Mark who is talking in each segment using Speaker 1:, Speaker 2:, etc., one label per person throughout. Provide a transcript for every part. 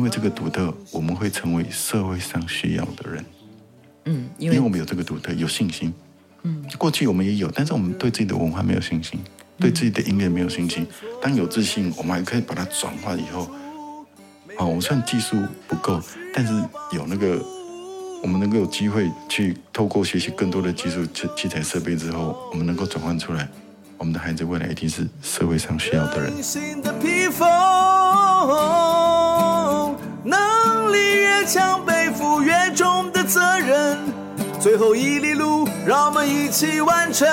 Speaker 1: 为这个独特，我们会成为社会上需要的人，
Speaker 2: 嗯，因
Speaker 1: 因为
Speaker 2: 为
Speaker 1: 我们有这个独特，有信心。嗯，过去我们也有，但是我们对自己的文化没有信心，对自己的音乐没有信心。当有自信，我们还可以把它转化以后，哦，我虽然技术不够，但是有那个，我们能够有机会去透过学习更多的技术器器材设备之后，我们能够转换出来，我们的孩子未来一定是社会上需要的人。
Speaker 3: 心的披风，能力越强，背负越重的责任。最后一里路，让我们一起完成。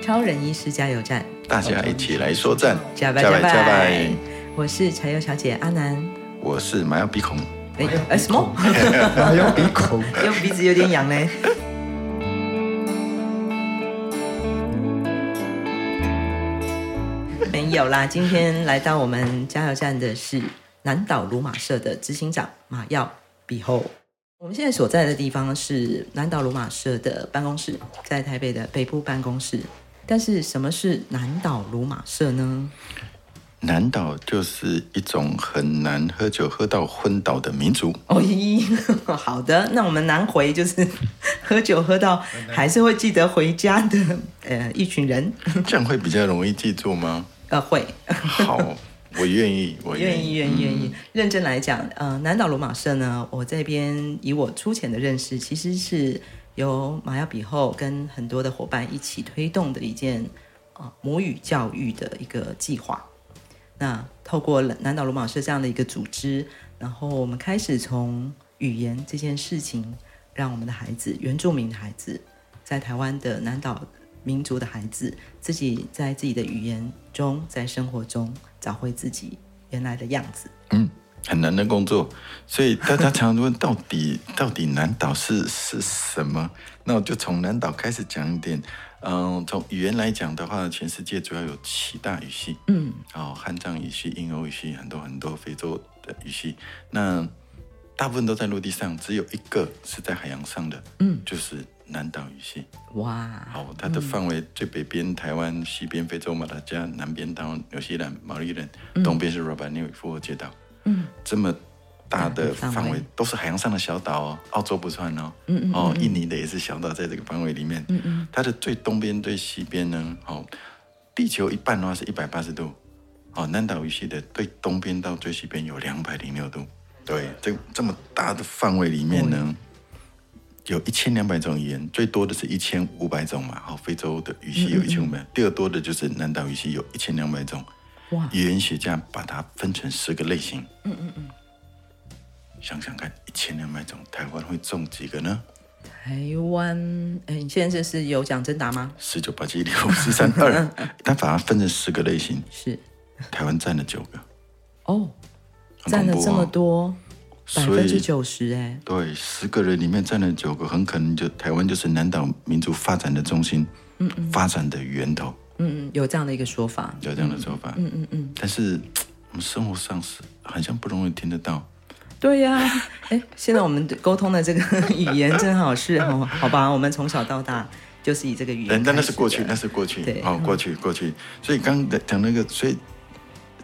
Speaker 2: 超人医师加油站，
Speaker 1: 大家一起来说战，
Speaker 2: 加拜
Speaker 1: 拜
Speaker 2: 拜
Speaker 1: 加拜！
Speaker 2: 我是柴油小姐阿南，
Speaker 1: 我是麻药鼻孔，
Speaker 2: 哎、呃什么？
Speaker 4: 还 有鼻孔。
Speaker 2: 有鼻子有点痒嘞。没有啦，今天来到我们加油站的是南岛鲁马社的执行长马耀比后。我们现在所在的地方是南岛鲁马社的办公室，在台北的北部办公室。但是什么是南岛鲁马社呢？
Speaker 1: 南岛就是一种很难喝酒喝到昏倒的民族。
Speaker 2: 哦咦， 好的，那我们南回就是 喝酒喝到还是会记得回家的呃一群人，
Speaker 1: 这样会比较容易记住吗？
Speaker 2: 呃会
Speaker 1: 好，我愿意，我
Speaker 2: 愿
Speaker 1: 愿
Speaker 2: 意
Speaker 1: 意。
Speaker 2: 愿意嗯愿意认真来讲，呃，南岛罗马社呢，我这边以我粗浅的认识，其实是由马亚比后跟很多的伙伴一起推动的一件呃母语教育的一个计划。那透过南岛罗马社这样的一个组织，然后我们开始从语言这件事情，让我们的孩子，原住民的孩子，在台湾的南岛民族的孩子，自己在自己的语言中，在生活中找回自己原来的样子。
Speaker 1: 嗯，很难的工作，所以大家常常问到底到底南岛是是什么？那我就从南岛开始讲一点。嗯，从语言来讲的话，全世界主要有七大语系。
Speaker 2: 嗯，
Speaker 1: 哦，汉藏语系、印欧语系，很多很多非洲的语系。那大部分都在陆地上，只有一个是在海洋上的，
Speaker 2: 嗯，
Speaker 1: 就是南岛语系。
Speaker 2: 哇，
Speaker 1: 好，它的范围最北边台湾，西边非洲马达加，南边到纽西兰、毛利人，东边是 r o b a n u 复活节岛。
Speaker 2: 嗯，
Speaker 1: 这么大的
Speaker 2: 大的
Speaker 1: 范
Speaker 2: 嗯范
Speaker 1: 围
Speaker 2: 围
Speaker 1: 都是海洋上的小岛哦，澳洲不算哦。
Speaker 2: 嗯嗯
Speaker 1: 哦，印尼的也是小岛，在这个范围里面。嗯嗯。它的最东边、最西边呢，哦，地球一半的话是一百八十度。哦，南岛语系的最东边到最西边有两百零六度。对，这这么大的范围里面
Speaker 2: 哦
Speaker 1: 呢，有一千两百种语言，最多的是一千五百种嘛。哦，非洲的语
Speaker 2: 嗯
Speaker 1: 系有一千五百，第二多的就是南岛语系有一千两百种。
Speaker 2: 哇，
Speaker 1: 语言学家把它分成十个类型。啊嗯嗯嗯。想想看，一千两百种，台湾会中几个呢？
Speaker 2: 台湾，哎，你现在这是有奖征答吗？
Speaker 1: 十九八七六五四三 二，他把它分成十个类型，
Speaker 2: 是，
Speaker 1: 台湾占了九个，
Speaker 2: 哦，
Speaker 1: 很
Speaker 2: 占了
Speaker 1: 恐怖哦
Speaker 2: 这么多，百
Speaker 1: 所
Speaker 2: 分之
Speaker 1: 以
Speaker 2: 九十，哎，
Speaker 1: 对，十个人里面占了九个，很可能就台湾就是南岛民族发展的中心，嗯嗯，发展的源头，
Speaker 2: 嗯嗯，有这样的一个说法，
Speaker 1: 有这样的说法，嗯嗯嗯。但是我们生活上是好像不容易听得到，
Speaker 2: 对呀、 哎，现在我们沟通的这个语言正好 是哦，好吧，我们从小到大就是以这个语言开
Speaker 1: 但
Speaker 2: 始的。
Speaker 1: 但那是过去，那是过去
Speaker 2: 对，嗯
Speaker 1: 哦，过去过去。所以刚才讲那个，所以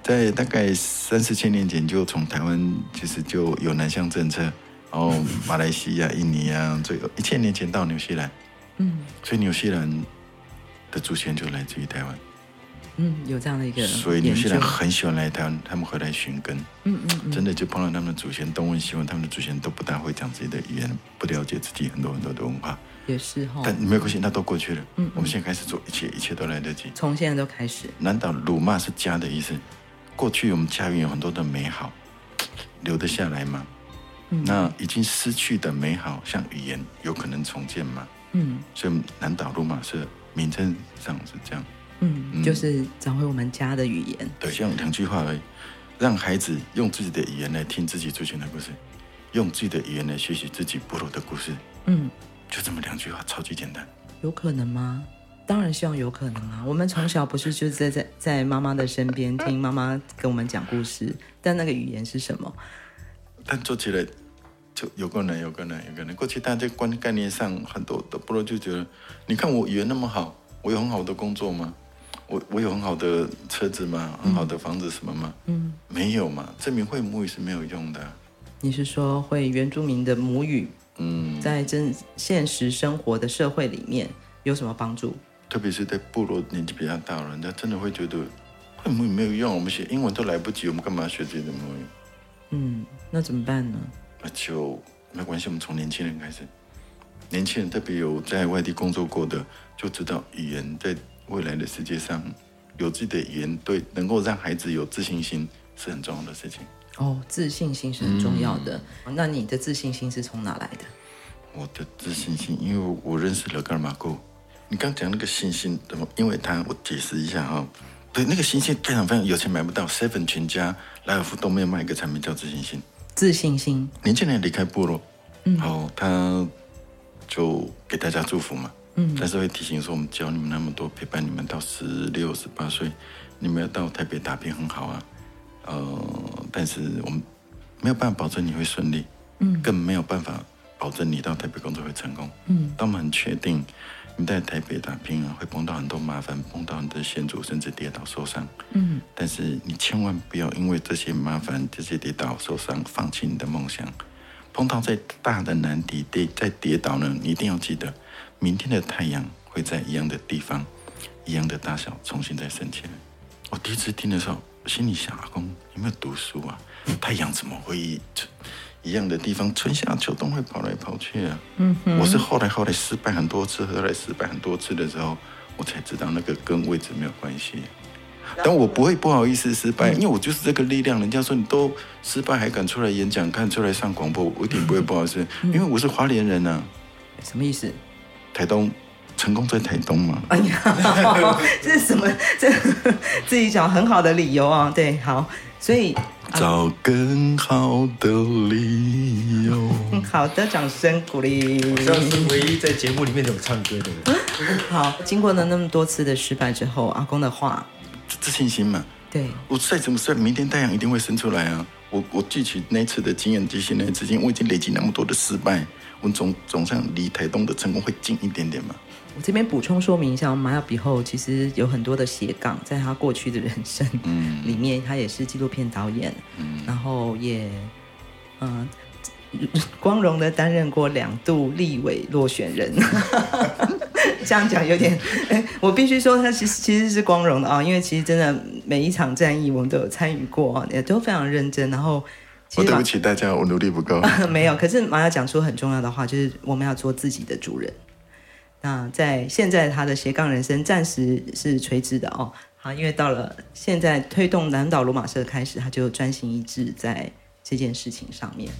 Speaker 1: 在大概三四千年前，就从台湾其实就有南向政策，然 后马来西亚、印尼啊，最一千年前到纽西兰，
Speaker 2: 嗯
Speaker 1: 所以纽西兰的祖先就来自于台湾，
Speaker 2: 嗯，有这样的一个
Speaker 1: 所以纽
Speaker 2: 研
Speaker 1: 西
Speaker 2: 究。
Speaker 1: 兰很喜欢来台湾，他们回来寻根，嗯嗯，真的就碰到他们的祖先东问西问，他们的祖先都不大会讲自己的语言，不了解自己很多很多的文化，
Speaker 2: 也是哦哈、
Speaker 1: 但没有关系，那都过去了，嗯，我们现在开始做，一切一切都来得及。
Speaker 2: 从现在都开始，
Speaker 1: 南岛辱骂是家的意思。过去我们家园有很多的美好，留得下来吗？那已经失去的美好，像语言，有可能重建吗？
Speaker 2: 嗯
Speaker 1: 所以南岛辱骂是名称上是这样。
Speaker 2: 嗯，就是找回我们家的语言。
Speaker 1: 对，像两句话而已，让孩子用自己的语言来听自己祖先的故事，用自己的语言来学习自己部落的故事，
Speaker 2: 嗯，
Speaker 1: 就这么两句话，超级简单。
Speaker 2: 有可能吗？当然希望有可能啊！我们从小不是就是在在在妈妈的身边听妈妈跟我们讲故事，但那个语言是什么？
Speaker 1: 但做起来就有个难，有个难，有个难。过去大家观概念上很多的部落就觉得，你看我语言那么好，我有很好的工作吗？我我有很好的车子吗？很好的房子什么吗？嗯，没有嘛，证明会母语是没有用的啊。
Speaker 2: 你是说会原住民的母语
Speaker 1: 嗯，
Speaker 2: 在真现实生活的社会里面有什么帮助？
Speaker 1: 特别是在部落年纪比较大了，人家真的会觉得会母语没有用，我们学英文都来不及，我们干嘛学自己的母语？
Speaker 2: 嗯，那怎么办呢？
Speaker 1: 那啊就没关系，我们从年轻人开始。年轻人特别有在外地工作过的，就知道语言在未来的世界上有自己的语言，对能够让孩子有自信心是很重要的事情。
Speaker 2: 哦，自信心是很重要的。嗯那你的自信心是从哪来的？
Speaker 1: 我的自信心，因为我认识了格尔马沟。你刚讲那个信心，怎么？因为他，我解释一下哈、对，那个信心非常非常有钱买不到，seven 全家、莱尔富都没有卖一个产品叫自信心。
Speaker 2: 自信心，
Speaker 1: 年轻人离开部落，然后他就给大家祝福嘛，嗯，但是会提醒说，我们教你们那么多，陪伴你们到十六、十八岁，你们要到台北打拼很好啊，呃，但是我们没有办法保证你会顺利，嗯，更没有办法保证你到台北工作会成功，嗯，但我们很确定，你在台北打拼啊，会碰到很多麻烦，碰到很多险阻，甚至跌倒受伤，嗯，但是你千万不要因为这些麻烦、这些跌倒受伤，放弃你的梦想。碰到再大的难题，跌再跌倒呢，你一定要记得，明天的太阳会在一样的地方、一样的大小重新再升起来。我第一次听的时候，心里想：阿啊公有没有读书啊？太阳怎么会一一样的地方，春夏秋冬会跑来跑去啊？嗯我是后来后来失败很多次，后来失败很多次的时候，我才知道那个跟位置没有关系。但我不会不好意思失败，
Speaker 2: 嗯
Speaker 1: 因为我就是这个力量。人家说你都失败还敢出来演讲，看出来上广播，我一点不会不好意思，
Speaker 2: 嗯
Speaker 1: 因为我是花莲人啊，
Speaker 2: 什么意思？
Speaker 1: 台东成功在台东嘛。
Speaker 2: 哎 呀，这是什么？这自己找很好的理由啊。对，好，所以
Speaker 1: 找更好的理 由。
Speaker 2: 嗯好的，掌声鼓励。
Speaker 4: 这样是唯一在节目里面有唱歌的人。
Speaker 2: 好，经过了那么多次的失败之后，阿公的话，
Speaker 1: 自信心嘛，
Speaker 2: 对，
Speaker 1: 我再怎么算，明天太阳一定会升出来啊！我我汲取那一次的经验，汲取那一次经验，我已经累积那么多的失败，我总总算离台东的成功会近一点点嘛。
Speaker 2: 我这边补充说明一下，马尔比后其实有很多的斜杠，在他过去的人生
Speaker 1: 嗯
Speaker 2: 里面，他也是纪录片导演，然后也嗯、呃光荣的担任过两度立委落选人。 这样讲有点，哎我必须说他其实其实是光荣的啊、因为其实真的每一场战役我们都有参与过啊、也都非常认真。然后其
Speaker 1: 我哦对
Speaker 2: 实马
Speaker 1: 不起大家，我努力不够。
Speaker 2: 没有，可是马要讲出很重要的话，就是我们要做自己的主人。那在现在他的斜杠人生暂时是垂直的哦，好，因为到了现在推动南岛罗马社开始，他就专心一致在这件事情上面。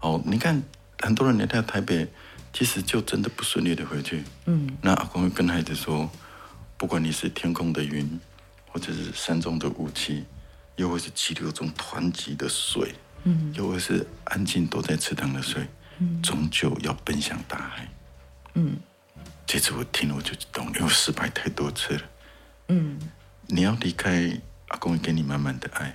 Speaker 1: 哦，你看很多人来到台北，其实就真的不顺利的回去。嗯，那阿公会跟孩子说，不管你是天空的云，或者是山中的雾气，又或是急流中湍急的水，嗯，又或是安静躲在池塘的水，终究要奔向大海。嗯，这次我听了我就懂，因为我失败太多次了。你要离开，阿公也给你满满的爱；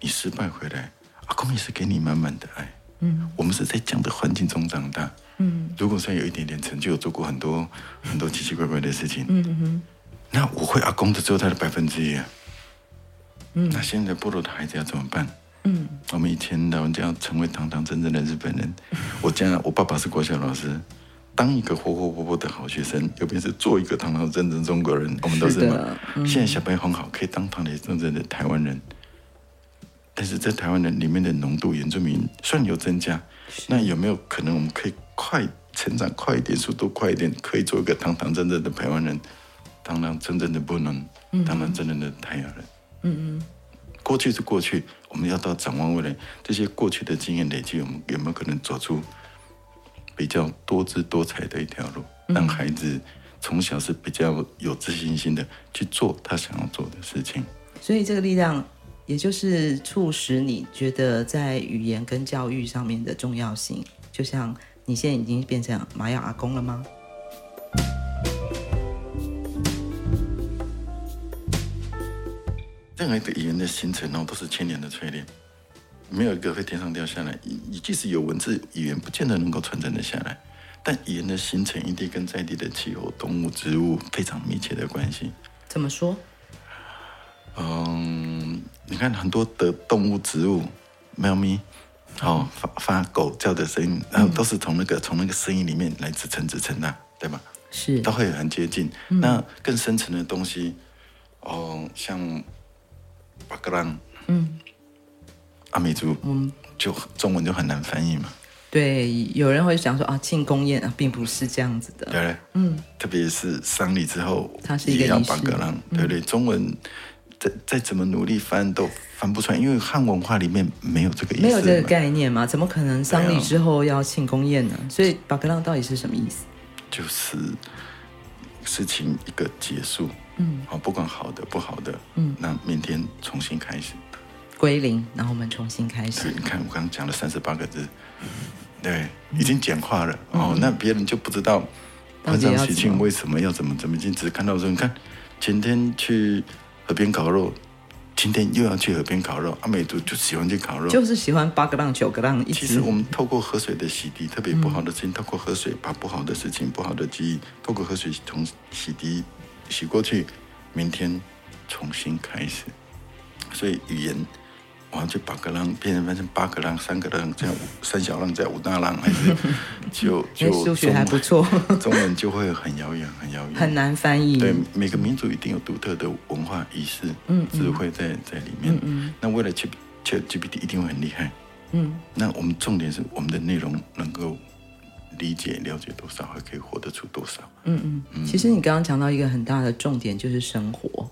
Speaker 1: 你失败回来，阿公也是给你满满的爱。嗯，我们是在这样的环境中长大。嗯，如果说有一点点成就，做过很多很多奇奇怪怪的事情。嗯那我会阿公的只有他的百分之一、啊。嗯，那现在部落的孩子要怎么办？嗯，我们以前老人家要成为堂堂正正的日本 人。我家我爸爸是国小老师，当一个活活泼泼的好学生，右边是做一个堂堂正正中国人，我们都是嗯
Speaker 2: 是的
Speaker 1: 嘛。现在小朋友很好，可以当堂堂正正的台湾人，但是在台湾人里面的浓度，原住民虽然有增加，那有没有可能我们可以快成长快一点，速度快一点，可以做一个堂堂正正的台湾人，堂堂正正的不能，堂堂正正的台湾人？过去是过去，我们要到展望未来，这些过去的经验累积，我们有没有可能走出比较多姿多彩的一条路，让孩子从小是比较有自信心的去做他想要做的事情？
Speaker 2: 所以这个力量，也就是促使你觉得在语言跟教育上面的重要性。就像你现在已经变成玛雅阿公了吗？
Speaker 1: 任何一个语言的形成哦，都是千年的淬炼，没有一个会天上掉下来。你即使有文字语言，不见得能够传承的下来。但盐的形成一定跟在地的气候、动物、植物非常密切的关系。
Speaker 2: 怎么说？
Speaker 1: 嗯，你看很多的动物、植物，喵咪，哦，发发狗叫的声音，然后都是从那个从那个声音里面来支撑支撑的，对吧？
Speaker 2: 是
Speaker 1: 都会很接近。那更深层的东西，哦，像巴格朗，嗯，阿美族，嗯，就中文就很难翻译嘛，
Speaker 2: 对，有人会想说啊，庆功宴啊，并不是这样子
Speaker 1: 对
Speaker 2: 的，
Speaker 1: 不对？嗯，特别是丧礼之后，
Speaker 2: 它是一个
Speaker 1: 也要
Speaker 2: 仪式嗯
Speaker 1: 巴格朗，对不对？中文再再怎么努力翻都翻不出来，因为汉文化里面没有这个意思，
Speaker 2: 没有这个概念嘛？怎么可能丧礼之后要庆功宴呢？所以巴格浪到底是什么意思？
Speaker 1: 就是事情一个结束，嗯，好，不管好的不好的，嗯，那明天重新开始。
Speaker 2: 归零，然后我们重新开
Speaker 1: 对，
Speaker 2: 始
Speaker 1: 你。看我刚刚讲了三十八个字，
Speaker 2: 嗯
Speaker 1: 对，已经简化了、哦，那别人就不知道
Speaker 2: 到
Speaker 1: 团
Speaker 2: 底要
Speaker 1: 长
Speaker 2: 怎么
Speaker 1: 喜庆为什么要怎么怎么进，只是看到说，你看前天去河边烤肉，今天又要去河边烤肉，阿美族就喜欢去烤肉。
Speaker 2: 就是喜欢八个浪、九个浪一
Speaker 1: 其实
Speaker 2: 直
Speaker 1: 我们透过河水的洗涤，特别不好的事情，透过河水把不好的事情、不好的记忆，透过河水从洗涤洗过去，明天重新开始。所以语言，我要去八个浪变成变成八个浪、三个浪，这样五三小浪再五大浪，还是就 就
Speaker 2: 数学
Speaker 1: 中文
Speaker 2: 还不错
Speaker 1: 中文就会很遥远，很遥远，
Speaker 2: 很难翻译。
Speaker 1: 对，每个民族一定有独特的文化仪式、嗯智慧在在里面。那为了 Chat Chat GPT 一定会很厉害。嗯，那我们重点是我们的内容能够理解、了解多少，还可以活得出多少。
Speaker 2: 其实你刚刚讲到一个很大的重点，就是生活。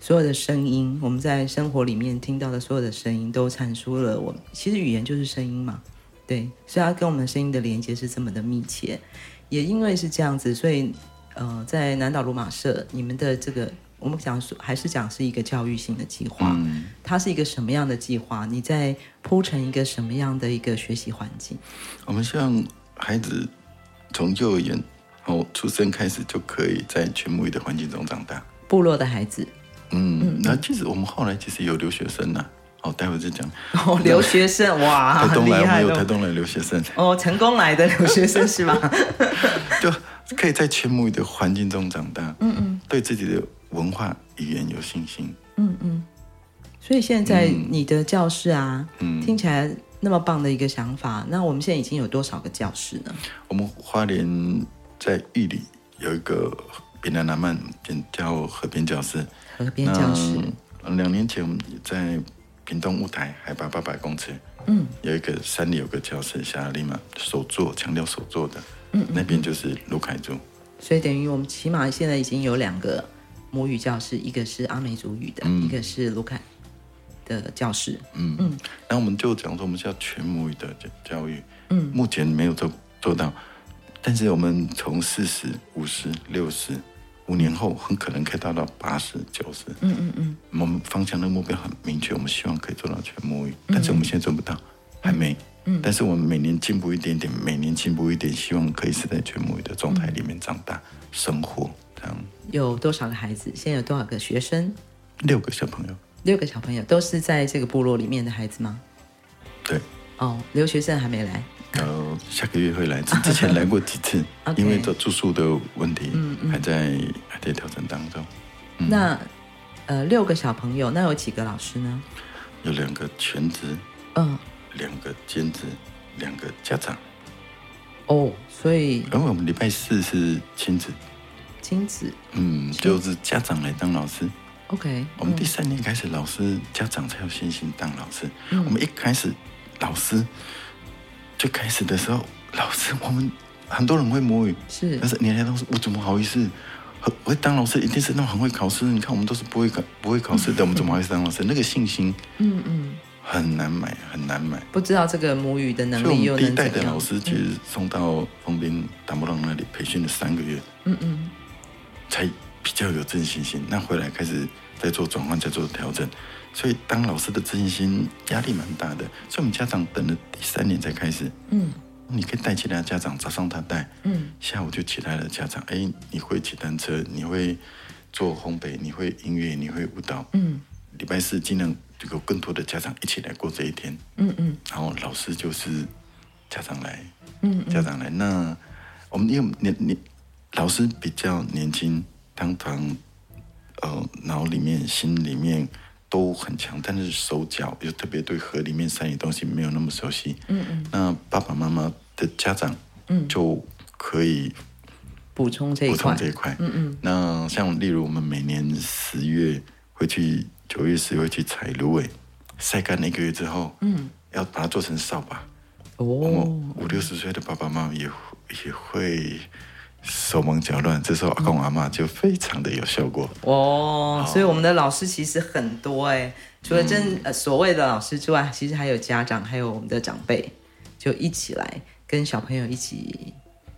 Speaker 2: 所有的声音，我们在生活里面听到的所有的声音，都阐述了我们。其实语言就是声音嘛，对，所以它跟我们声音的连接是这么的密切。也因为是这样子，所以呃，在南岛罗马社，你们的这个我们讲说还是讲是一个教育性的计划，
Speaker 1: 嗯
Speaker 2: 它是一个什么样的计划？你在铺成一个什么样的一个学习环境？
Speaker 1: 我们希望孩子从幼儿园哦出生开始，就可以在全母语的环境中长大。
Speaker 2: 部落的孩子，
Speaker 1: 嗯，那其实我们后来其实有留学生呐、哦，待会再讲。
Speaker 2: 哦，留学生，哇，
Speaker 1: 台
Speaker 2: 很
Speaker 1: 东
Speaker 2: 厉
Speaker 1: 来，我
Speaker 2: 害
Speaker 1: 们有
Speaker 2: 哦
Speaker 1: 台东来留学生。
Speaker 2: 哦，成功来的留学生是吧？
Speaker 1: 就可以在全母语的环境中长大，嗯嗯，对自己的文化语言有信心。
Speaker 2: 所以现在你的教室啊，听起来那么棒的一个想法。那我们现在已经有多少个教室呢？
Speaker 1: 我们花莲在玉里有一个比南南曼叫河边教室，
Speaker 2: 河边教室，
Speaker 1: 那嗯两年前我们在屏东雾台海拔八百公尺，嗯，有一个山里有个教室，霞里嘛，手作强调手作的，嗯那边就是卢凯族，
Speaker 2: 所以等于我们起码现在已经有两个母语教室，一个是阿美族语的，一个是卢凯的教室。
Speaker 1: 嗯嗯，那我们就讲说我们是要全母语的教教育，嗯，目前没有做做到，但是我们从四十五十六十，五年后很可能可以达到八十九十，嗯嗯嗯，我们方向的目标很明确，我们希望可以做到全母语，但是我们现在做不到，还没。嗯，但是我们每年进步一点点，每年进步一点，希望可以是在全母语的状态里面长大、生活，这样
Speaker 2: 有多少个孩子？现在有多少个学生？
Speaker 1: 六个小朋友，
Speaker 2: 六个小朋友都是在这个部落里面的孩子吗？
Speaker 1: 对，
Speaker 2: 哦，留学生还没来。
Speaker 1: 呃，下个月会来，之之前来过几次
Speaker 2: OK
Speaker 1: 因为这住宿的问题，还在还在调整当中。
Speaker 2: 那呃，六个小朋友，那有几个老师呢？
Speaker 1: 有两个全职，
Speaker 2: 嗯，
Speaker 1: 两个兼职，两个家长。
Speaker 2: 哦，所以
Speaker 1: 然后我们礼拜四是亲子，
Speaker 2: 亲子
Speaker 1: 嗯，就是家长来当老师。
Speaker 2: ，OK，嗯
Speaker 1: 我们第三年开始，老师家长才有信心当老师。我们一开始，老师最开始的时候，老师我们很多人会母语，
Speaker 2: 是
Speaker 1: 但是你来当时，我怎么好意思？很会当老师一定是那种很会考试的，你看我们都是不会考不会考试的，我们怎么好意思当老师？那个信心，嗯嗯，很难买，很难买。
Speaker 2: 不知道这个母语的能
Speaker 1: 所以
Speaker 2: 力
Speaker 1: 我们
Speaker 2: 又
Speaker 1: 第一
Speaker 2: 能
Speaker 1: 代
Speaker 2: 怎
Speaker 1: 的
Speaker 2: 样
Speaker 1: 老？师其实送到丰滨达摩浪那里培训了三个月，嗯嗯，才比较有自信心。那回来开始在做转换，在做调整，所以当老师的自信心压力蛮大的。所以我们家长等了第三年才开始，嗯，你可以带其他家长，早上他带，嗯，下午就其他的家长，哎，你会骑单车，你会做烘焙，你会音乐，你会舞蹈，嗯，礼拜四尽量有更多的家长一起来过这一嗯天，嗯嗯，然后老师就是家长来，嗯家长来，那我们因为我们年年老师比较年轻，通常呃脑里面、心里面都很强，但是手脚又特别对河里面、山里东西没有那么熟悉。嗯嗯。那爸爸妈妈的家长，嗯，就可以
Speaker 2: 补充这一
Speaker 1: 补充
Speaker 2: 块，
Speaker 1: 这一块。嗯嗯。那像例如我们每年十月会去，九月十会去采芦苇，晒干一个月之后，嗯，要把它做成扫把。我
Speaker 2: 哦，
Speaker 1: 五六十岁的爸爸妈妈也也会手忙脚乱，这时候阿公阿妈就非常的有效果。
Speaker 2: 哦，所以我们的老师其实很多哎、除了
Speaker 1: 嗯
Speaker 2: 真、呃所谓的老师之外，其实还有家长，还有我们的长辈，就一起来跟小朋友一起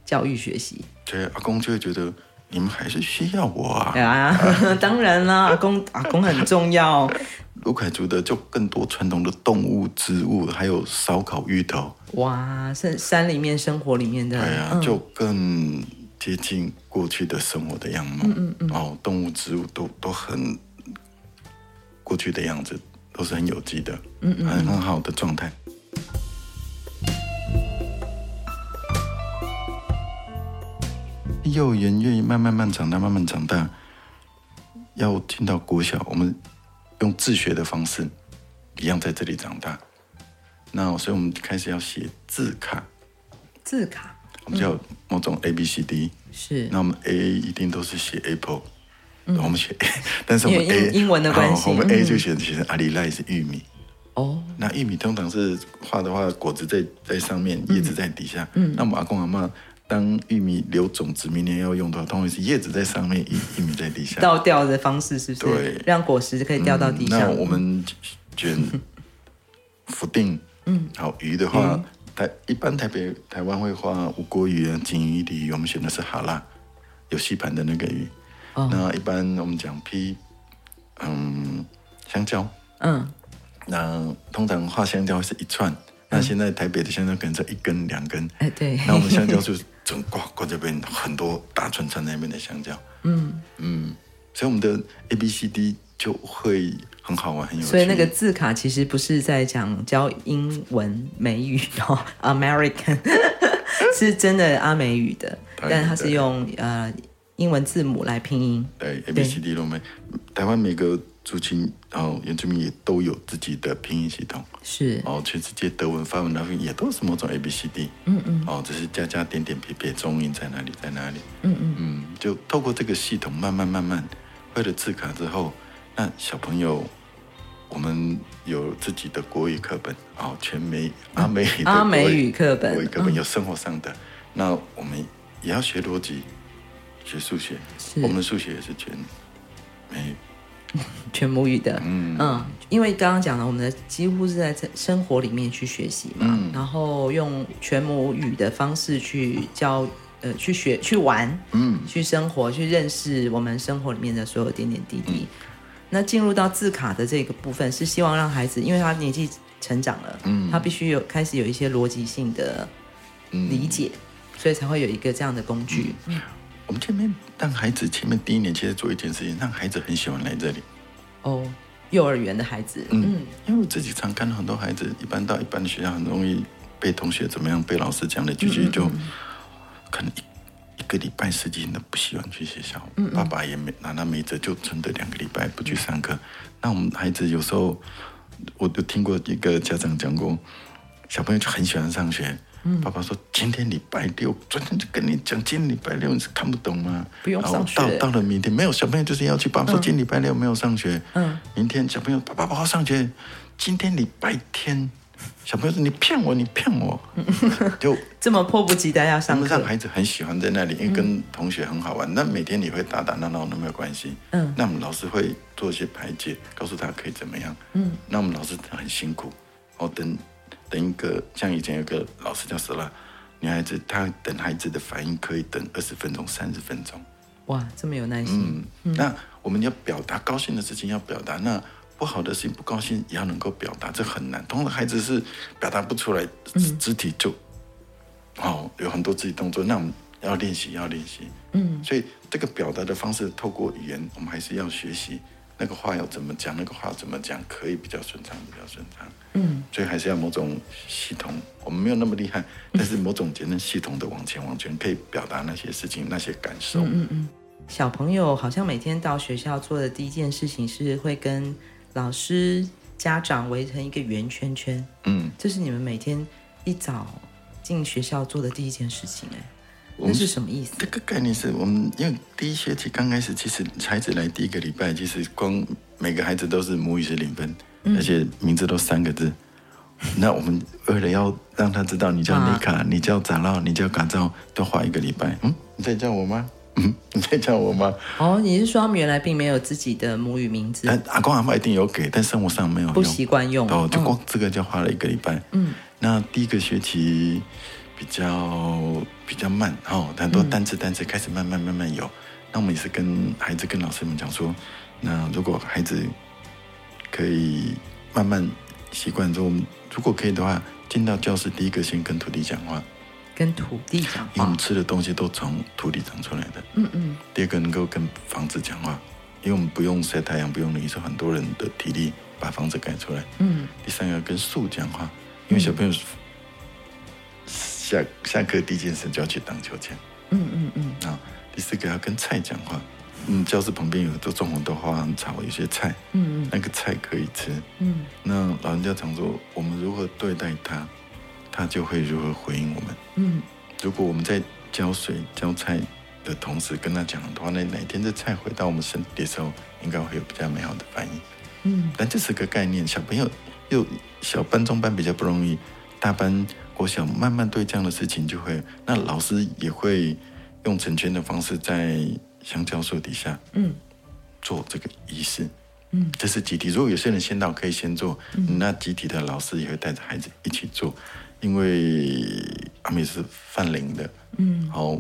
Speaker 2: 教育学习。
Speaker 1: 所以阿公就会觉得你们还是需要我啊
Speaker 2: 对。啊， 当然啦，阿公阿公很重要。
Speaker 1: 卢凯族的就更多传统的动物、植物，还有烧烤芋头，
Speaker 2: 哇，山山里面生活里面的，
Speaker 1: 哎呀、就更接近过去的生活的样貌。嗯嗯哦，动物、植物都都很过去的样子，都是很有机的，嗯嗯，很很好的状态。幼儿园愿意慢慢慢长大，慢慢长大，要进到国小，我们用自学的方式，一样在这里长大。那所以我们开始要写字卡，
Speaker 2: 字卡
Speaker 1: 我们就有某种 A B C D，
Speaker 2: 是
Speaker 1: 那我们 A 一定都是写 Apple，、我们写 A，但 是我们
Speaker 2: 嗯因为
Speaker 1: A
Speaker 2: 英英文的关系嗯
Speaker 1: 好我们 A 就写写成阿里赖是玉米，
Speaker 2: 哦，
Speaker 1: 那玉米通常是画的话，果子在在上面，叶子在底下。嗯，那我们阿公阿妈当玉米留种子，明年要用的话，通常是叶子在上面，玉玉米在底下。
Speaker 2: 倒吊的方式是不是
Speaker 1: 对
Speaker 2: 让果实可以掉到地
Speaker 1: 嗯那
Speaker 2: 上？
Speaker 1: 我们卷 福定，嗯，好鱼的话，台一般台北台湾会画无锅鱼啊、金鱼、鲤鱼，我们选的是哈拉，有吸盘的那个鱼。
Speaker 2: 哦
Speaker 1: 那一般我们讲批，嗯，香蕉，
Speaker 2: 嗯，
Speaker 1: 那通常画香蕉是一串，那现在台北的香蕉可能在一根两根，
Speaker 2: 哎对，
Speaker 1: 那我们香蕉就是整挂挂这边很多大串串那边的香蕉，嗯嗯，所以我们的 A B C D 就会很好玩，很有趣。
Speaker 2: 所以那个字卡其实不是在讲教英文美语哦，American 是真的阿美语的，
Speaker 1: 对
Speaker 2: 但它是
Speaker 1: 对
Speaker 2: 用呃英文字母来拼音。
Speaker 1: 对 A B C D 都没，台湾每个族群然后原住民也都有自己的拼音系统，
Speaker 2: 是
Speaker 1: 哦，全世界德文、法文、拉丁也都是某种 A B C D，嗯嗯，哦，只是加加点点撇撇，中音在哪里在哪里，嗯嗯嗯，就透过这个系统慢慢慢慢会了字卡之后，那小朋友。我们有自己的国语课本，哦，全美阿美语的
Speaker 2: 嗯阿
Speaker 1: 国
Speaker 2: 美语课本嗯
Speaker 1: 国语课本有生活上的，那我们也要学逻辑，学数学，
Speaker 2: 是
Speaker 1: 我们的数学也是全美
Speaker 2: 全母语的，嗯因为刚刚讲了，我们的几乎是在生活里面去学习嘛，然后用全母语的方式去教，呃，去学、去玩，嗯，去生活、去认识我们生活里面的所有点点滴滴。那进入到字卡的这个部分，是希望让孩子，因为他年纪成长了，嗯，他必须有开始有一些逻辑性的理解，所以才会有一个这样的工具。
Speaker 1: 我们前面让孩子前面第一年其实做一件事情，让孩子很喜欢来这里。
Speaker 2: 哦，幼儿园的孩子，
Speaker 1: 嗯，因为我自己常看到很多孩子，一般到一般的学校很容易被同学怎么样，被老师讲来几句就，可能一一个礼拜十几天都不喜欢去学校，嗯爸爸也没拿他没辙，就真的两个礼拜不去上课。那我们孩子有时候，我就听过一个家长讲过，小朋友就很喜欢上学。
Speaker 2: 嗯
Speaker 1: 爸爸说：“今天礼拜六，昨天就跟你讲，今天礼拜六你是看不懂吗？
Speaker 2: 不用
Speaker 1: 然后
Speaker 2: 上学
Speaker 1: 到到了明天没有小朋友就是要去爸爸说，今天礼拜六没有上学，嗯，明天小朋友爸爸我要上学，今天礼拜天，小朋友说你骗我，你骗 我，就
Speaker 2: 这么迫不及待要
Speaker 1: 他
Speaker 2: 上
Speaker 1: 们让
Speaker 2: 课，
Speaker 1: 孩子很喜欢在那里，因为跟同学很好玩。那每天你会打打闹闹都没有关系。嗯，那我们老师会做一些排解，告诉他可以怎么样。嗯，那我们老师很辛苦。哦，等等一个，像以前有个老师叫什么女孩子，她等孩子的反应可以等二十分钟、三十分钟。
Speaker 2: 哇，这么有耐心。
Speaker 1: 嗯，那我们要表达高兴的事情要表达，那不好的事情不高兴也要能够表达，这很难。通常孩子是表达不出来，肢体就、哦有很多肢体动作，那我们要练习，要练习。嗯，所以这个表达的方式透过语言，我们还是要学习。那个话要怎么讲，那个话怎么讲可以比较顺畅，比较顺畅。嗯，所以还是要某种系统，我们没有那么厉害，但是某种节能系统的往前往前，可以表达那些事情、那些感受。
Speaker 2: 小朋友好像每天到学校做的第一件事情是会跟老师、家长围成一个圆圈圈，
Speaker 1: 嗯，
Speaker 2: 这是你们每天一早进学校做的第一件事情、哎，
Speaker 1: 我
Speaker 2: 那
Speaker 1: 们
Speaker 2: 是什么意思？
Speaker 1: 这个概念是我们因为第一学期刚开始，其实孩子来第一个礼拜，其实光每个孩子都是母语是零分，而且名字都三个字。那我们为了要让他知道你叫妮卡，你叫杂绕，你叫嘎造，都花一个礼拜。嗯，你在叫我吗？嗯，你在叫我吗？
Speaker 2: 哦，你是说他们原来并没有自己的母语名字，
Speaker 1: 但呃阿公阿妈一定有给，但生活上没有用
Speaker 2: 不习惯用
Speaker 1: 哦，就
Speaker 2: 嗯
Speaker 1: 光这个就花了一个礼拜。嗯，那第一个学期比较比较慢哦，很
Speaker 2: 嗯
Speaker 1: 多单词单词开始慢慢慢慢有。那我们也是跟孩子跟老师们讲说，那如果孩子可以慢慢习惯之后，我们如果可以的话，进到教室第一个先跟徒弟讲话，
Speaker 2: 跟土地讲
Speaker 1: 因为我
Speaker 2: 话
Speaker 1: 们，吃的东西都从土里长出来的。
Speaker 2: 嗯嗯，
Speaker 1: 第二个能够跟房子讲话，因为我们不用晒太阳，不用淋雨，是很多人的体力把房子盖出来。
Speaker 2: 嗯，
Speaker 1: 第三个跟树讲话，因为小朋友下下课第一件事就要去荡秋千。嗯嗯嗯。啊，第四个要跟菜讲话。嗯，教室旁边有的种红豆花草，有些菜，嗯嗯，那个菜可以吃，嗯，那老人家常说，我们如何对待他，他就会如何回应我们，
Speaker 2: 嗯
Speaker 1: 如果我们在浇水、浇菜的同时跟他讲的话，那哪一天这菜回到我们身体的时候，应该会有比较美好的反应。嗯，但这是个概念，小朋友又小班、中班比较不容易，大班、国小慢慢对这样的事情就会，那老师也会用成全的方式在香蕉树底下，嗯，做这个仪式。嗯，这是集体。如果有些人先到，可以先做，那集体的老师也会带着孩子一起做，因为他们也是泛龄的。嗯，好，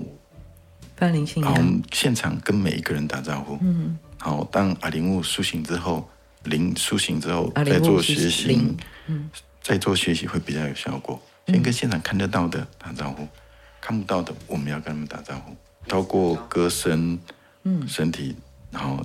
Speaker 2: 范林信
Speaker 1: 然后我
Speaker 2: 仰，
Speaker 1: 们现场跟每一个人打招呼。嗯，好，当阿林物苏醒之后，灵苏醒之后
Speaker 2: 阿林
Speaker 1: 再
Speaker 2: 悟
Speaker 1: 做
Speaker 2: 是
Speaker 1: 学习
Speaker 2: 灵，
Speaker 1: 嗯，再做学习会比较有效果。先跟现场看得到的打招呼，看不到的我们要跟他们打招呼，透过歌声，嗯，身体，然后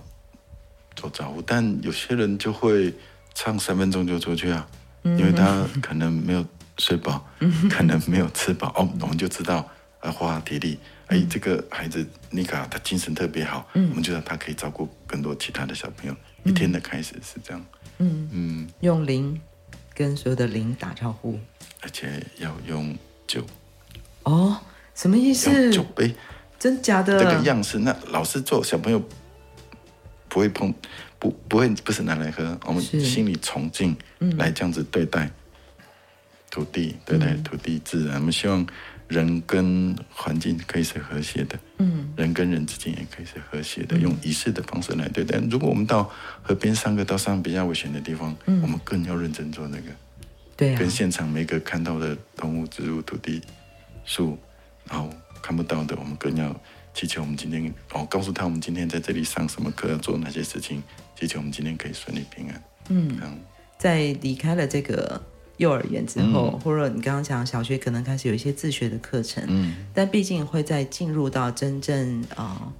Speaker 1: 做招呼。但有些人就会唱三分钟就出去啊，因为他可能没有睡饱，可能没有吃饱，哦，我们就知道啊，花体力。哎，这个孩子妮卡他精神特别好，我们就让他可以照顾更多其他的小朋友。一天的开始是这样，
Speaker 2: 用零跟所有的零打招呼。
Speaker 1: 而且要用酒，
Speaker 2: 哦，什么意思
Speaker 1: 用？酒杯
Speaker 2: 真假的？
Speaker 1: 这个样式。那老师做小朋友不会碰，不不会不是拿来喝，我们
Speaker 2: 是
Speaker 1: 心里崇敬来这样子对待土地，对待土地自啊然。我们希望人跟环境可以是和谐的，嗯，人跟人之间也可以是和谐的，用仪式的方式来对待。如果我们到河边上课，到上比较危险的地方，我们更要认真做那个。
Speaker 2: 对啊
Speaker 1: 跟，现场每个看到的动物、植物、土地、树，然后看不到的，我们更要祈求我们今天哦，告诉他我们今天在这里上什么课，要做哪些事情，祈求我们今天可以顺利平安。嗯，这样
Speaker 2: 在离开了这个幼儿园之后，或者你刚刚讲小学可能开始有一些自学的课程，
Speaker 1: 嗯，
Speaker 2: 但毕竟会在进入到真正呃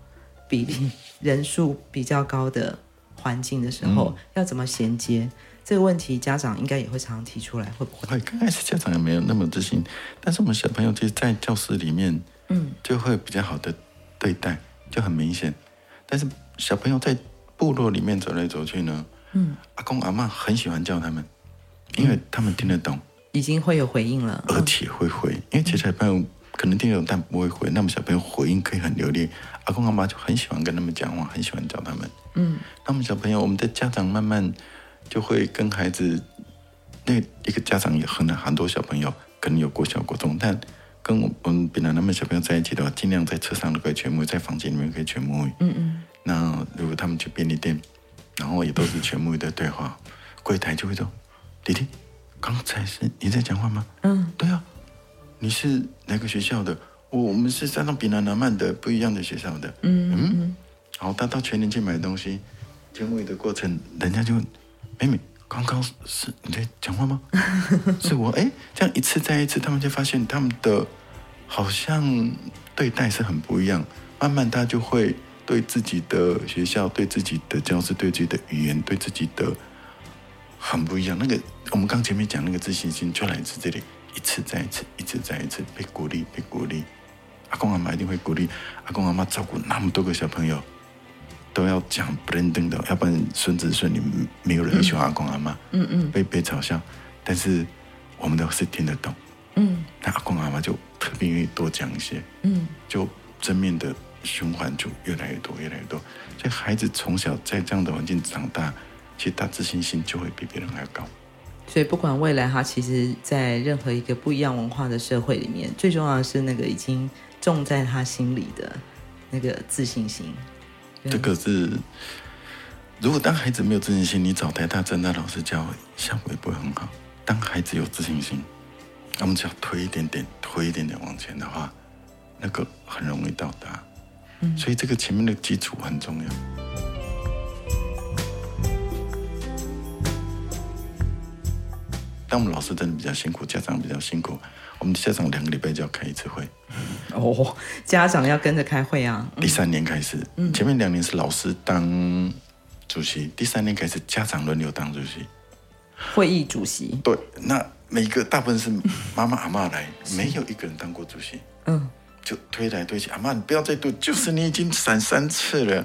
Speaker 2: 比例人数比较高的环境的时候，要怎么衔接这个问题，家长应该也会常常提出来，会不会？
Speaker 1: 会刚开始家长也没有那么自信，但是我们小朋友其实，在教室里面，嗯，就会比较好的对待，就很明显。但是小朋友在部落里面走来走去呢，嗯，阿公阿妈很喜欢叫他们，因为他们听得懂。
Speaker 2: 已经会有回应了，
Speaker 1: 而且会回，因为其实小朋友可能听得懂，但不会回。那么小朋友回应可以很流利，阿公阿妈就很喜欢跟他们讲话，很喜欢教他们。嗯，那么小朋友，我们的家长慢慢就会跟孩子，那一个家长也很很多小朋友可能有国小、国中，但跟我我们本来那么小朋友在一起的话，尽量在车上都可以全母语，在房间里面可以全母语。嗯嗯。那如果他们去便利店，然后也都是全母语的对话，柜台就会说：“弟弟，刚才是你在讲话吗？”嗯，对啊，你是哪个学校的？我我们是山东比南南曼的不一样的学校的。嗯嗯，然后他到全年去买东西，全母语的过程，人家就问妹妹。刚刚是是你在讲话 吗？是我哎，这样一次再一次，他们就发现他们的好像对待是很不一样，慢慢他就会对自己的学校、对自己的教室、对自己的语言、对自己的很不一样。那个我们刚前面讲那个自信心，就来自这里，一次再一次，一次再一次被鼓励，被鼓励。阿公阿妈一定会鼓励，阿公阿妈照顾那么多个小朋友，都要讲 blending 的，要不然孙子孙女没有人会喜欢阿公阿妈，嗯嗯，被被嘲笑。但是我们都是听得懂，嗯，那阿公阿妈就特别愿意多讲一些，嗯，就正面的循环就越来越多，越来越多。所以孩子从小在这样的环境长大，其实他自信心就会比别人还要高。
Speaker 2: 所以不管未来他其实在任何一个不一样文化的社会里面，最重要的是那个已经种在他心里的那个自信心。
Speaker 1: 这个是，如果当孩子没有自信心，你找台大、政大老师教，效果也不会很好。当孩子有自信心，我们只要推一点点，推一点点往前的话，那个很容易到达。所以这个前面的基础很重要。但我们老师真的比较辛苦，家长比较辛苦。我们家长两个礼拜就要开一次会，
Speaker 2: 哦，家长要跟着开会啊，
Speaker 1: 第三年开始，
Speaker 2: 嗯
Speaker 1: 前面两年是老师当主席，第三年开始家长轮流当主席。
Speaker 2: 会议主席，
Speaker 1: 对，那每个大部分是妈妈阿妈来， 没有一个人当过主席，
Speaker 2: 嗯，
Speaker 1: 就推来推去。阿妈，你不要再推，就是你已经闪三次 了，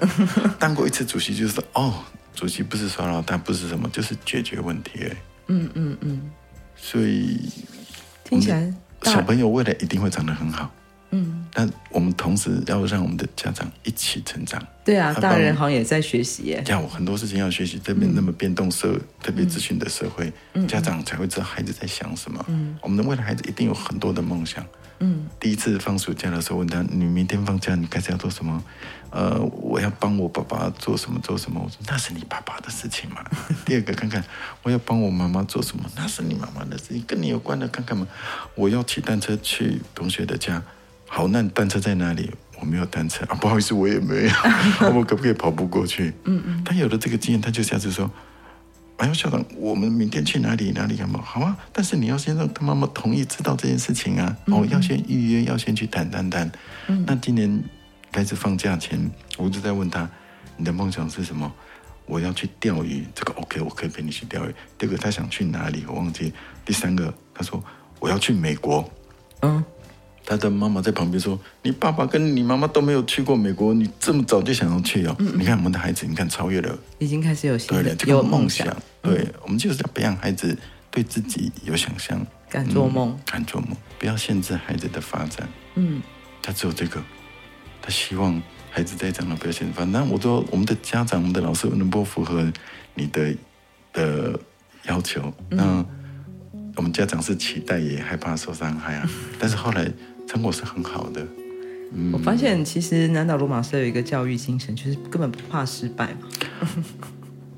Speaker 1: 当过一次主席就是哦，主席不是耍老大，不是什么，就是解决问题而已。嗯嗯嗯。所以
Speaker 2: 听起来
Speaker 1: 嗯
Speaker 2: 大
Speaker 1: 小朋友未来一定会长得很好。嗯，但我们同时要让我们的家长一起成长。
Speaker 2: 对啊，
Speaker 1: 他
Speaker 2: 大
Speaker 1: 帮
Speaker 2: 人好像也在学习耶。
Speaker 1: 要有很多事情要学习，特别那么变动社，特别资讯的社会，家长才会知道孩子在想什么。我们的未来孩子一定有很多的梦想。嗯，第一次放暑假的时候，问他：“你明天放假，你开始要做什么？”呃，我要帮我爸爸做什么做什么。我说：“那是你爸爸的事情嘛。”第二个，看看我要帮我妈妈做什么，那是你妈妈的事情，跟你有关的，看看嘛。我要骑单车去同学的家，好，那你单车在哪里？我没有单车啊，不 好意思，我也没有。我们可不可以跑步过去？嗯嗯。他有了这个经验，他就下次说：“哎呦，校长，我们明天去哪里哪里干嘛？好啊，但是你要先让他妈妈同意知道这件事情啊。哦，要先预约，要先去谈谈谈。那今年开始放假前，我就在问他：你的梦想是什么？我要去钓鱼，这个 OK，我可以陪你去钓鱼。第二个，他想去哪里？我忘记。第三个，他说我要去美国。
Speaker 2: 嗯，
Speaker 1: 他的妈妈在旁边说：“你爸爸跟你妈妈都没有去过美国，你这么早就想要去哦？你看我们的孩子，你看超越了
Speaker 2: 已经开始有新
Speaker 1: 对
Speaker 2: 的
Speaker 1: 了这
Speaker 2: 有
Speaker 1: 个
Speaker 2: 梦
Speaker 1: 梦
Speaker 2: 想嗯
Speaker 1: 想，，对我们就是要培养孩子对自己有想象，嗯
Speaker 2: 敢做梦。
Speaker 1: 敢做梦，不要限制孩子的发展。
Speaker 2: 嗯，
Speaker 1: 他只有这个，他希望孩子在这样的表现。反正我都我们的家长、我们的老师能不符合你的的要求？
Speaker 2: 嗯
Speaker 1: 那我们家长是期待也害怕受伤害 啊，但是后来成果是很好的。
Speaker 2: 我发现
Speaker 1: 嗯
Speaker 2: 其实南岛罗马社有一个教育精神，就是根本不怕失败嘛。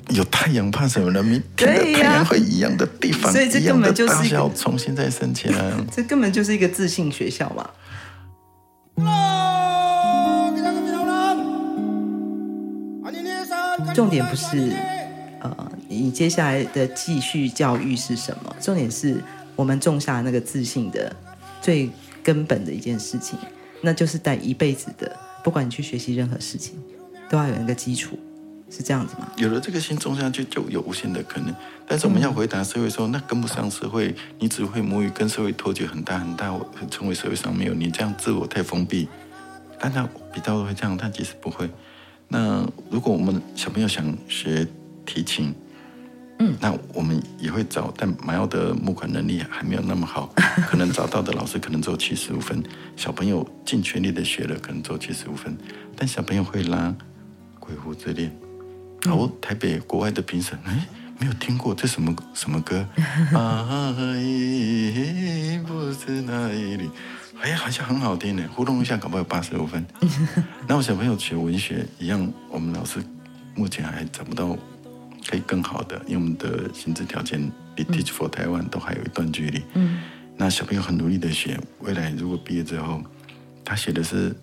Speaker 1: 有太阳怕什么呢？明天的
Speaker 2: 对呀
Speaker 1: 太阳会一样的地方，
Speaker 2: 所以这根本就是
Speaker 1: 一样的
Speaker 2: 一个
Speaker 1: 大小，重新再升起来。
Speaker 2: 这根本就是一个自信学校嘛。重点不是呃，你接下来的继续教育是什么？重点是我们种下那个自信的最根本的一件事情，那就是带一辈子的，不管你去学习任何事情，都要有一个基础，是这样子吗？
Speaker 1: 有了这个心种下去，就有无限的可能。但是我们要回答社会说，那跟不上社会，你只会母语，跟社会脱节很大很大，我成为社会上没有你这样自我太封闭。大家比较会这样，但其实不会。那如果我们小朋友想学提琴，嗯，那我们也会找，但马耀的募款能力还没有那么好，可能找到的老师可能只有七十五分，小朋友尽全力的学了，可能只有七十五分，但小朋友会拉《鬼狐之恋》，好、哦，台北国外的评审，哎，没有听过这什么什么歌？爱不是那一里，哎，好像很好听呢，糊弄一下，搞不好有八十五分。那我小朋友学文学一样，我们老师目前还找不到可以更好的，因为我们的薪资条件比 Teach for 台湾都还有一段距离。嗯，那小朋友很努力的学，未来如果毕业之后，他写的是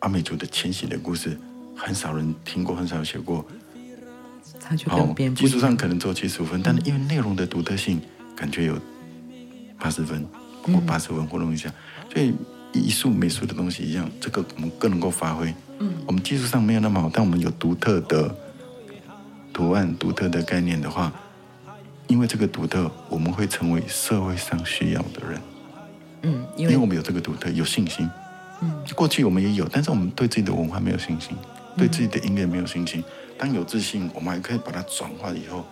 Speaker 1: 阿美族的迁徙的故事，很少人听过，很少人写过。
Speaker 2: 他就嗯
Speaker 1: 好
Speaker 2: 跟别人，不
Speaker 1: 技
Speaker 2: 一
Speaker 1: 术
Speaker 2: 样。
Speaker 1: 上可能只有七十五分，但是因为内容的
Speaker 2: 嗯
Speaker 1: 独特性，感觉有八十分，或八十分糊弄一下，所以艺术美术的东西一样，这个我们更能够发挥。嗯，我们技术上没有那么好，但我们有独特的图案、独特的概念的话，因为这个独特，我们会成为社会上需要的人。
Speaker 2: 嗯，因
Speaker 1: 因为我
Speaker 2: 为
Speaker 1: 们有这个独特，有信心。嗯，过去我们也有，但是我们对自己的文化没有信心，对自己的音乐没有信心。当有自信，我们还可以把它转化以后，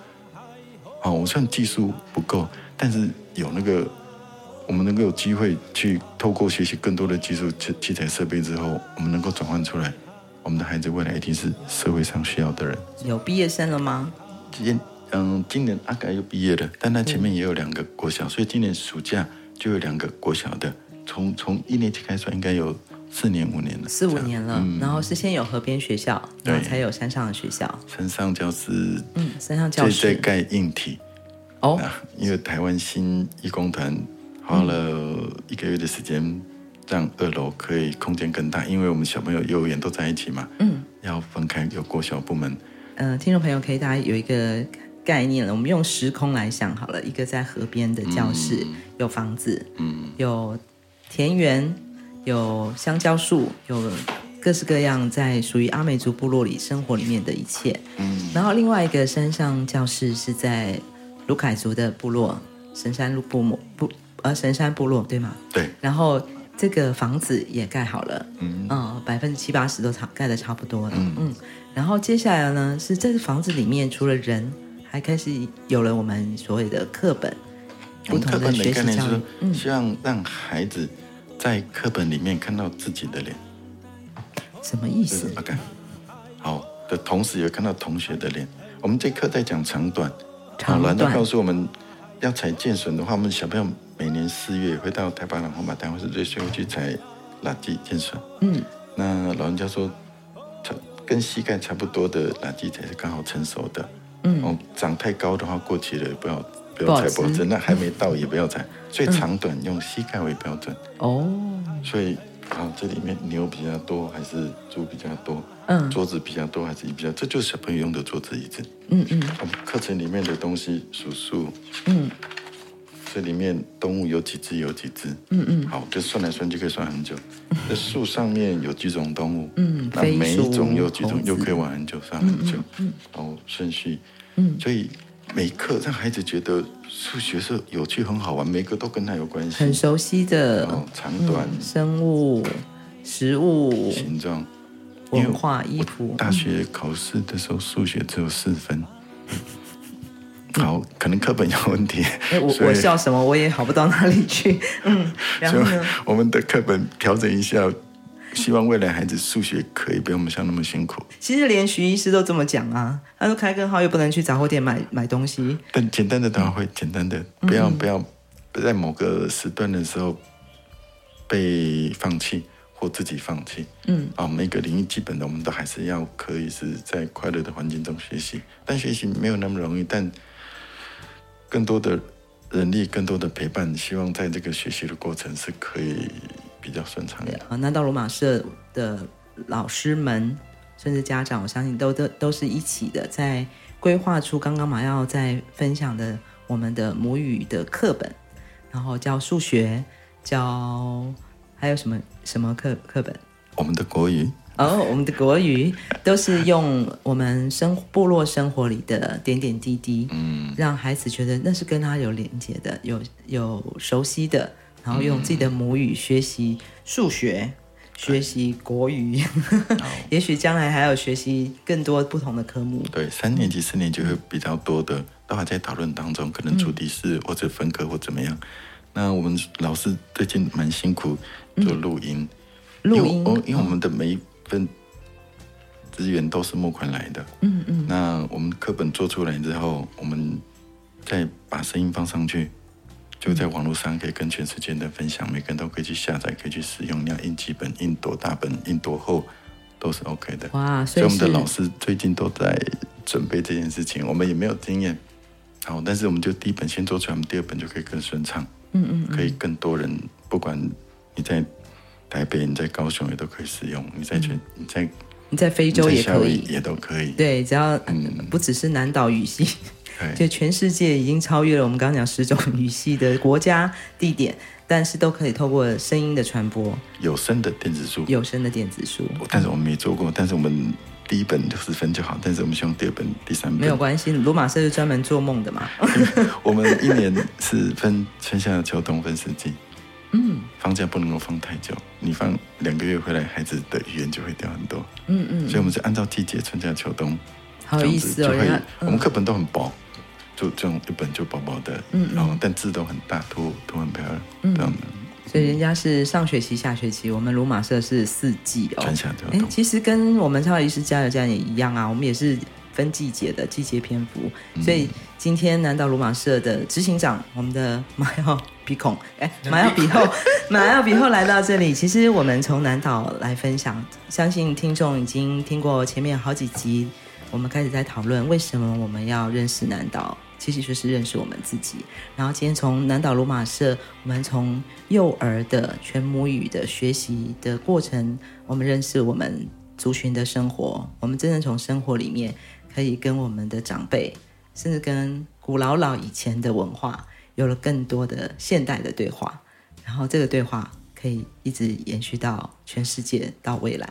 Speaker 1: 好，我虽然技术不够，但是有那个，我们能够有机会去透过学习更多的技术器器材设备之后，我们能够转换出来，我们的孩子未来一定是社会上需要的人。
Speaker 2: 有毕业生了吗？
Speaker 1: 今年嗯，今年阿改又毕业了，但他前面也有两个国小，所以今年暑假就有两个国小的，从从一年级开始算，应该有四年五年了，
Speaker 2: 四
Speaker 1: 这
Speaker 2: 五
Speaker 1: 样
Speaker 2: 年了，然后是先有河边学校，
Speaker 1: 嗯对
Speaker 2: 然后才有山上的学校，
Speaker 1: 山上教室，
Speaker 2: 嗯，山上教
Speaker 1: 这在
Speaker 2: 室
Speaker 1: 盖硬体
Speaker 2: 哦，
Speaker 1: 啊，因为台湾新义工团花了一个月的时间，让二楼可以空间更大，因为我们小朋友幼儿园都在一起嘛，嗯，要分开有国小部门，
Speaker 2: 呃，听众朋友可以大家有一个概念了。我们用时空来想好了，一个在河边的教室，有房子，
Speaker 1: 嗯，
Speaker 2: 有田园，有香蕉树，有各式各样在属于阿美族部落里生活里面的一切。嗯，然后另外一个山上教室是在卢凯族的部落神山路部落部呃神山部落对吗？
Speaker 1: 对，
Speaker 2: 然后这个房子也盖好了，嗯，百分之七八十都差盖的差不多了，嗯然后接下来呢，是这个房子里面除了人，还开始有了我们所谓的课本，
Speaker 1: 我嗯
Speaker 2: 不
Speaker 1: 们课
Speaker 2: 同的
Speaker 1: 本的
Speaker 2: 学
Speaker 1: 概
Speaker 2: 习嗯
Speaker 1: 念
Speaker 2: 教育，
Speaker 1: 就是希望让孩子在课本里面看到自己的脸，
Speaker 2: 什么意
Speaker 1: 这
Speaker 2: 思
Speaker 1: 是？OK。好的同时，也看到同学的脸。我们这课在讲长短，
Speaker 2: 长
Speaker 1: 好蓝
Speaker 2: 短
Speaker 1: 道告诉我们，要采剑笋的话，我们小朋友每年四月会到台巴朗红马丹或是瑞穗湖去采垃圾剑笋。
Speaker 2: 嗯，
Speaker 1: 那老人家说，差跟膝盖差不多的垃圾才是刚好成熟的。
Speaker 2: 嗯
Speaker 1: 哦，长太高的话，过期了不要不
Speaker 2: 不
Speaker 1: 要
Speaker 2: 好
Speaker 1: 采脖
Speaker 2: 吃嗯
Speaker 1: 子，那还没到也不要采。所以长短用膝盖为标准。
Speaker 2: 哦，
Speaker 1: 所以啊，这里面牛比较多还是猪比较多？
Speaker 2: 嗯
Speaker 1: 桌子比较多还是椅比较？这就是小朋友用的桌子椅子。
Speaker 2: 嗯嗯
Speaker 1: 我们课程里面的东西数数，
Speaker 2: 嗯
Speaker 1: 这里面动物有几只有几只？
Speaker 2: 嗯嗯，
Speaker 1: 好，就算来算去可以算很久。那树上面有几种动物？
Speaker 2: 嗯
Speaker 1: 那
Speaker 2: 飞
Speaker 1: 每一
Speaker 2: 鼠
Speaker 1: 种有几种
Speaker 2: 猴，子
Speaker 1: 又可以玩很久，算很久。然后顺序，
Speaker 2: 嗯
Speaker 1: 所以每课让孩子觉得数学是有趣很好玩，每个都跟他有关系。
Speaker 2: 很熟悉的、嗯
Speaker 1: 哦，长短、
Speaker 2: 生物、食物、
Speaker 1: 形状。因为
Speaker 2: 文化、衣
Speaker 1: 我
Speaker 2: 服，
Speaker 1: 大学考试的时候，数学只有四分。
Speaker 2: 嗯
Speaker 1: 好，可能课本有问题
Speaker 2: 哎，。我
Speaker 1: 所以
Speaker 2: 我笑什么？我也好不到哪里去， 嗯，然后
Speaker 1: 所以
Speaker 2: 呢？
Speaker 1: 我们的课本调整一下，希望未来孩子数学可以不用我们像那么辛苦。
Speaker 2: 其实连徐医师都这么讲啊，他说开根号又不能去杂货店买买东西，
Speaker 1: 但简单的当然会简单的，不
Speaker 2: 嗯
Speaker 1: 要不要在某个时段的时候被放弃或自己放弃。嗯，啊，每个领域基本的我们都还是要可以是在快乐的环境中学习，但学习没有那么容易，但更多的人力、更多的陪伴，希望在这个学习的过程是可以比较顺畅一点。
Speaker 2: 啊，南岛罗马社的老师们，甚至家长，我相信都都都是一起的，在规划出刚刚马耀在分享的我们的母语的课本，然后教数学，教还有什么什么课课本？
Speaker 1: 我们的国语
Speaker 2: 哦，我们的国语都是用我们生部落生活里的点点滴滴，嗯，让孩子觉得那是跟他有连接的，有有熟悉的，然后用自己的母语学习数学，学习国语， 也许将来还有学习更多不同的科目。
Speaker 1: 对，三年级、四年级会比较多的，都还在讨论当中，可能主题是或者分科或怎么样。那我们老师最近蛮辛苦做录音，
Speaker 2: 录
Speaker 1: 因为
Speaker 2: 音
Speaker 1: 我因为我们的每一份资源都是募款来的，嗯嗯。那我们课本做出来之后，我们再把声音放上去，就在网络上可以跟全世界的分享，每个人都可以去下载，可以去使用，你要印几本、印多大本、印多厚都是 OK 的。
Speaker 2: 哇，
Speaker 1: 所
Speaker 2: 所
Speaker 1: 以
Speaker 2: 以
Speaker 1: 我们
Speaker 2: 是
Speaker 1: 的老师最近都在准备这件事情，我们也没有经验，好，但是我们就第一本先做出来，我们第二本就可以更顺畅，嗯嗯可以更多人，不管你在台北、你在高雄也都可以使用，你在全、你在
Speaker 2: 嗯你在非
Speaker 1: 你
Speaker 2: 洲
Speaker 1: 在
Speaker 2: 也
Speaker 1: 夏
Speaker 2: 可
Speaker 1: 威夷
Speaker 2: 以，
Speaker 1: 也都可以，
Speaker 2: 对，只要、不只是南岛语系，
Speaker 1: 对
Speaker 2: 就全世界已经超越了我们刚刚讲十种语系的国家地点，但是都可以透过声音的传播，
Speaker 1: 有声的电子书，
Speaker 2: 有声的电子书。
Speaker 1: 但是我们没做过，但是我们第一本六十分就好，但是我们希望第二本、第三
Speaker 2: 没有
Speaker 1: 本，
Speaker 2: 关系，罗马社是专门做梦的嘛。
Speaker 1: 我们一年是分春夏秋冬分四 季，嗯，放假不能够放太久，你放两个月回来，孩子的语言就会掉很多，嗯嗯，所以我们是按照季节春夏秋冬，
Speaker 2: 好有
Speaker 1: 这样
Speaker 2: 意
Speaker 1: 子
Speaker 2: 思哦
Speaker 1: 就会
Speaker 2: 人家
Speaker 1: 我们课本都很薄，就这种一本就薄薄的，嗯，然后但字都很大，图图很漂亮，嗯，这样的
Speaker 2: 所以人家是上学期、下学期，我们罗马社是四季哦。
Speaker 1: 春夏秋
Speaker 2: 哎
Speaker 1: 冬，
Speaker 2: 其实跟我们超级师加油站也一样啊，我们也是分季节的季节篇幅。所以今天南岛罗马社的执行长，我们的马耀比孔，哎，马耀比后，马耀比后来到这里。其实我们从南岛来分享，相信听众已经听过前面好几集，我们开始在讨论为什么我们要认识南岛。其实就是认识我们自己。然后今天从南岛罗马社，我们从幼儿的全母语的学习的过程，我们认识我们族群的生活，我们真的从生活里面可以跟我们的长辈，甚至跟古老老以前的文化有了更多的现代的对话，然后这个对话可以一直延续到全世界到未来。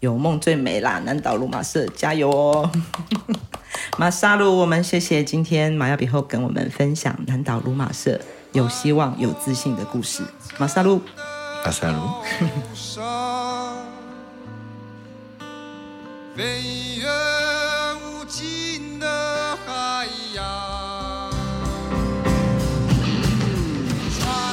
Speaker 2: 有梦最美啦，南岛罗马社加油哦！马萨鲁，我们谢谢今天马亚比后跟我们分享南岛鲁马社有希望、有自信的故事。马萨鲁，
Speaker 1: 阿萨鲁。
Speaker 5: 上，飞越无尽的海洋。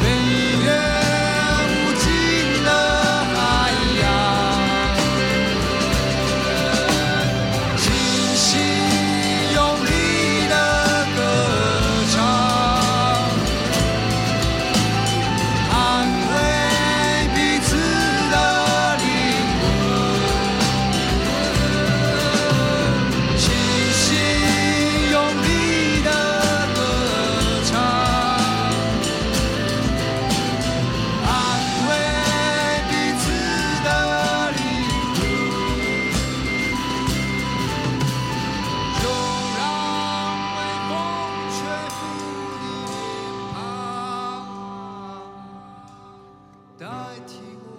Speaker 5: 飞越无尽的海洋，清晰有力的歌唱，安慰彼此的灵魂，清晰有力的歌唱。安慰彼此的灵魂，就让微风吹拂你的脸庞，代替我。